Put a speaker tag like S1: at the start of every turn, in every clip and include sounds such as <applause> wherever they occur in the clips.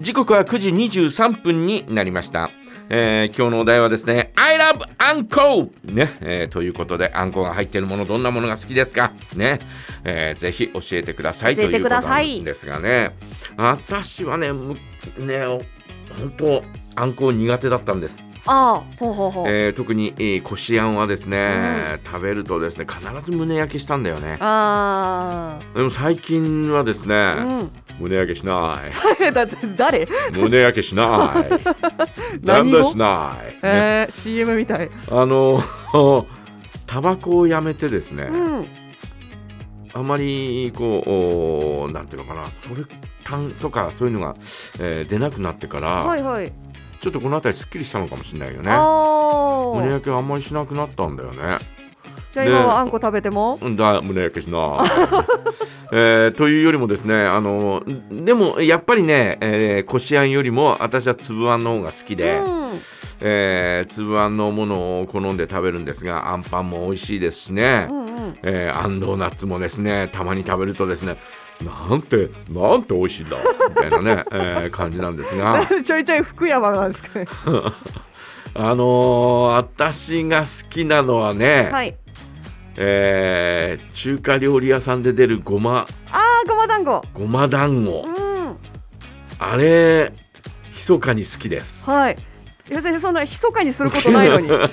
S1: 時刻は9時23分になりました。えー今日のお題はですね、I love あんこね、えーということで、あんこが入っているもの、どんなものが好きですかね、えーぜひ教えてくださいと
S2: 教え
S1: い
S2: て
S1: うこ
S2: く
S1: と
S2: だ
S1: な
S2: さい
S1: んですがね、私はね、むね、本当、あんこ苦手だったんです。
S2: ああ、ほうほうほう。
S1: えー特に、えーこしあんはですね、食べるとですね必ず胸焼けしたんだよね
S2: あ
S1: でも最近はですね
S2: あ、、うん。
S1: 胸焼けしない
S2: <laughs> だって誰？
S1: 胸焼けしない残
S2: <laughs> 何
S1: 念
S2: 語
S1: しない、ね、
S2: えー、CM みたい。
S1: あの <laughs> タバコをやめてですね、
S2: うん。
S1: あまりこうおーなんていうのかなそれ炭とかそういうのが、えー出なくなってから、
S2: はいはい。
S1: ちょっとこの辺りすっきりしたのかもしれないよね
S2: あ
S1: 胸
S2: あ。
S1: 焼けあんまりしなくなったんだよね
S2: じゃあ今はあんこ食べても？
S1: うんだ胸焼けしな、 <laughs> えーというよりもですねあのでもやっぱりね、えーこしあんよりも私はつぶあんの方が好きで、
S2: うん。
S1: えーつぶあんのものを好んで食べるんですがあんパンも美味しいですしね、
S2: うんうん。 <laughs>
S1: えーあんドーナツもですねたまに食べるとですねなんてなんて美味しいんだみたいなね、え <laughs> ー感じなんですが
S2: ちょいちょい福山なんですかね。
S1: あのー私が好きなのはね、
S2: はい。
S1: えー中華料理屋さんで出るごま
S2: ああ、ごま団子。
S1: ごま団子、
S2: うん。
S1: あれ、密かに好きです。
S2: はい。いや先生そんな密かにすることない
S1: <laughs>
S2: のに。うん。
S1: あ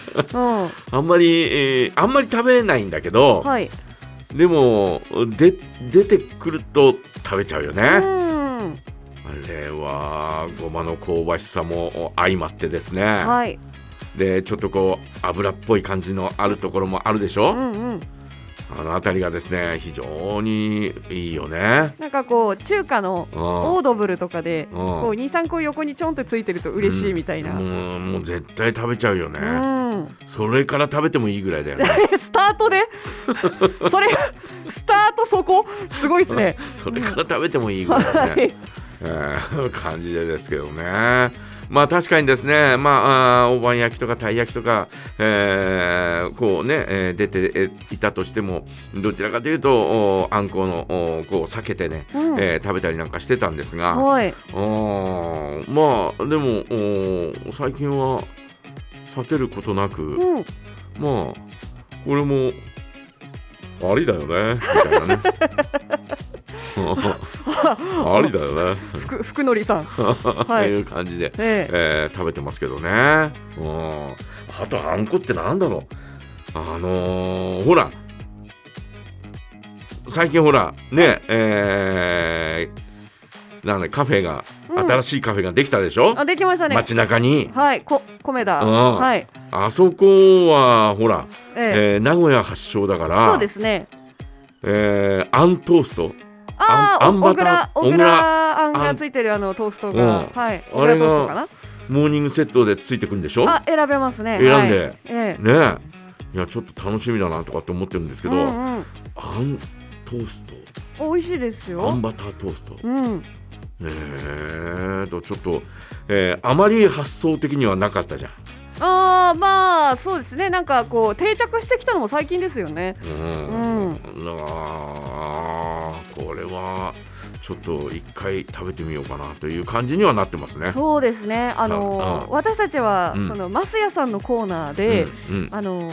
S1: んまり、えーあんまり食べないんだけど、
S2: はい。
S1: でも、で、出てくると食べちゃうよね。
S2: う
S1: あ
S2: ん。
S1: れは、ごまの香ばしさも相まってですね。
S2: はい。
S1: で、ちょっとこう、油っぽい感じのあるところもあるでし
S2: う
S1: ょ、
S2: んうん。
S1: あのあたりがですね、非常にいいよね。
S2: なんかこう中華の
S1: うん
S2: オードブルとかで、
S1: うん
S2: こう二三個横にちょんってついてると嬉しいみたいな。
S1: うんもうもう絶対食べちゃうよね、
S2: うん。
S1: それから食べてもいいぐらいだよね
S2: <laughs> スタートでそれスタートそこすごいですね。
S1: それから食べてもいいぐらいだよね、
S2: はい。
S1: えー感じでですけどね。まあ確かにですね、まあ、あーおばん焼きとかたい焼きとか、えーこうね、えー出てえーいたとしても、どちらかというと、おあんこうの、おこう避けてね、
S2: うん
S1: えー食べたりなんかしてたんですが、
S2: はい。
S1: あーまあ、でも、お最近は避けることなく、
S2: うん。
S1: まあ、これも、ありだよね、みたいなね。
S2: <laughs>
S1: <laughs> ありだよね。
S2: 福福典さん。 <laughs>
S1: と
S2: い
S1: いう感じで、
S2: ええ。
S1: <laughs> えー食べてますけどね。うん。あとあんこってなんだろう。あのーほら最近ほらねえーなんだカフェが、
S2: うん
S1: 新しいカフェができたでしょ
S2: あできましたね。
S1: 街中に。
S2: はい。こ米だ。
S1: うん
S2: はい。
S1: あそこはほら、
S2: ええ。
S1: えー名古屋発祥だから
S2: そうですね。
S1: えーあんトースト
S2: あ
S1: あ
S2: あ
S1: ん
S2: ー、
S1: あんバ
S2: 小
S1: ター
S2: 倉小
S1: 小
S2: 倉あんがついてるあのトースト
S1: うん
S2: が、はい。小
S1: あれ
S2: 倉
S1: が
S2: トーストかな。
S1: モーニングセットでついてくるんでしょ
S2: あ選べますね。
S1: 選んで
S2: はいええ。
S1: ねえいやちょっと楽しみだなとかって思ってるんですけど、
S2: うんうん
S1: あんトースト
S2: 美味しいです
S1: あ
S2: よ
S1: ん。バタートースト
S2: うん。
S1: えーとちょっと、えーあまり発想的にはなかったじゃん、
S2: ああまあそうですね。なんかこう定着してきたのも最近ですよね。
S1: うん
S2: うん
S1: だからこれはちょっと一回食べてみようかなという感じにはなってますね
S2: そうですね。あ
S1: あ
S2: の
S1: あ
S2: 私たちは、
S1: うん
S2: そのマスヤさんのコーナーで、
S1: うんうん
S2: あの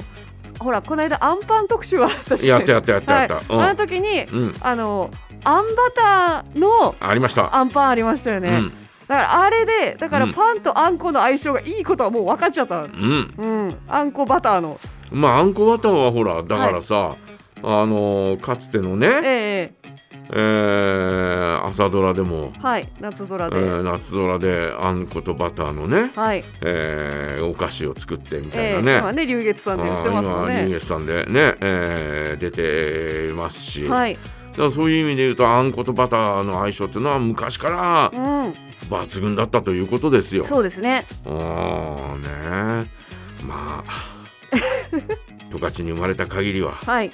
S2: ほらこの間アンパン特集は私
S1: やったやったやったやった、
S2: はい、あの時に
S1: うん、うん、
S2: あのあんバターの
S1: ありました
S2: アンパンありましたよね。
S1: うん
S2: だからあれでだか
S1: う
S2: ら
S1: ん
S2: パンとあんこの相性がいいことはもう分かっちゃっ
S1: う
S2: た。
S1: ん
S2: うん、あんこバターの、
S1: まああんこバターはほらだからさ、あのーかつてのね、
S2: ええ
S1: えー朝ドラでも
S2: はい、夏空で、
S1: えー夏空であんことバターのね、
S2: はい、
S1: えーお菓子を作ってみたい
S2: ええ
S1: なね。
S2: 今ね、龍月さんで売ってますもん
S1: あー今ニュー
S2: ね。
S1: エスさんでね、えー出てますし、
S2: はい、
S1: だからそういう意味で言うとあんことバターの相性っていうのは昔から
S2: うん、
S1: 抜群だったということですよ。
S2: そうですね。
S1: あーねまあ
S2: <laughs>
S1: 十勝に生まれた限りは
S2: はい、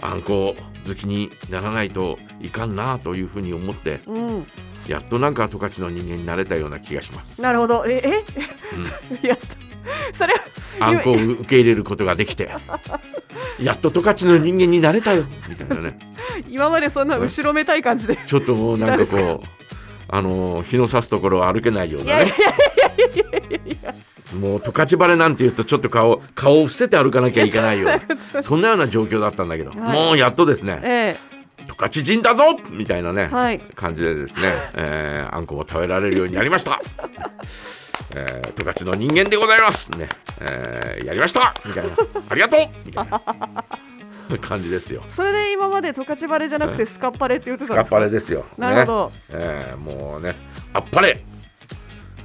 S1: あんこ好きにならないといかんなというふうに思って
S2: うん、
S1: やっとなんか十勝の人間になれたような気がします。
S2: なるほど、え、え、
S1: うん
S2: <laughs> やっとそれは
S1: あんこを受け入れることができてやっと十勝の人間になれたよみたいなね
S2: 今までそんな後ろめたい感じで
S1: ちょっともうなんかこあの日の差すところを歩けないよう
S2: い
S1: な
S2: やいや
S1: ねもう十勝晴れなんて言うとちょっと顔顔を伏せて歩かなきゃいけないようなそんなような状況だったんだけど、
S2: はい
S1: もうやっとですね
S2: え
S1: 十勝人だぞみたいなね、
S2: えはい
S1: 感じでです
S2: <laughs>
S1: ね、えー、あんこも食べられるようになりました。えー、十勝の人間でございますね、えー、やりましたみたいな、ありがとうみたいな <laughs> 感じですよ。
S2: それで今まで十勝晴れじゃなくてスカッパレって言って
S1: ス
S2: たん
S1: カ
S2: で
S1: ッ
S2: す
S1: パレですよ。
S2: なるほ
S1: ねえー、もうね、あっぱれ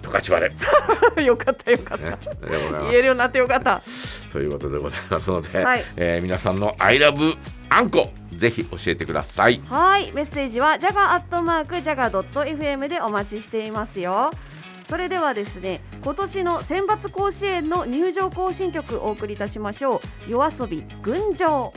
S1: 十勝晴れ、ね、
S2: ど <laughs> よかったよかっ
S1: で
S2: た
S1: ございま
S2: 言えるようになってよかった
S1: す。ということでございますので、
S2: はい
S1: えー皆さんの「アイラブあんこ」ぜひ教えてください。
S2: はい、メッセージはジャガアットマークジャガドット FM でお待ちしていますよ。それではですね、今年の選抜甲子園の入場行進曲をお送りいたしましょう。夜遊び群青。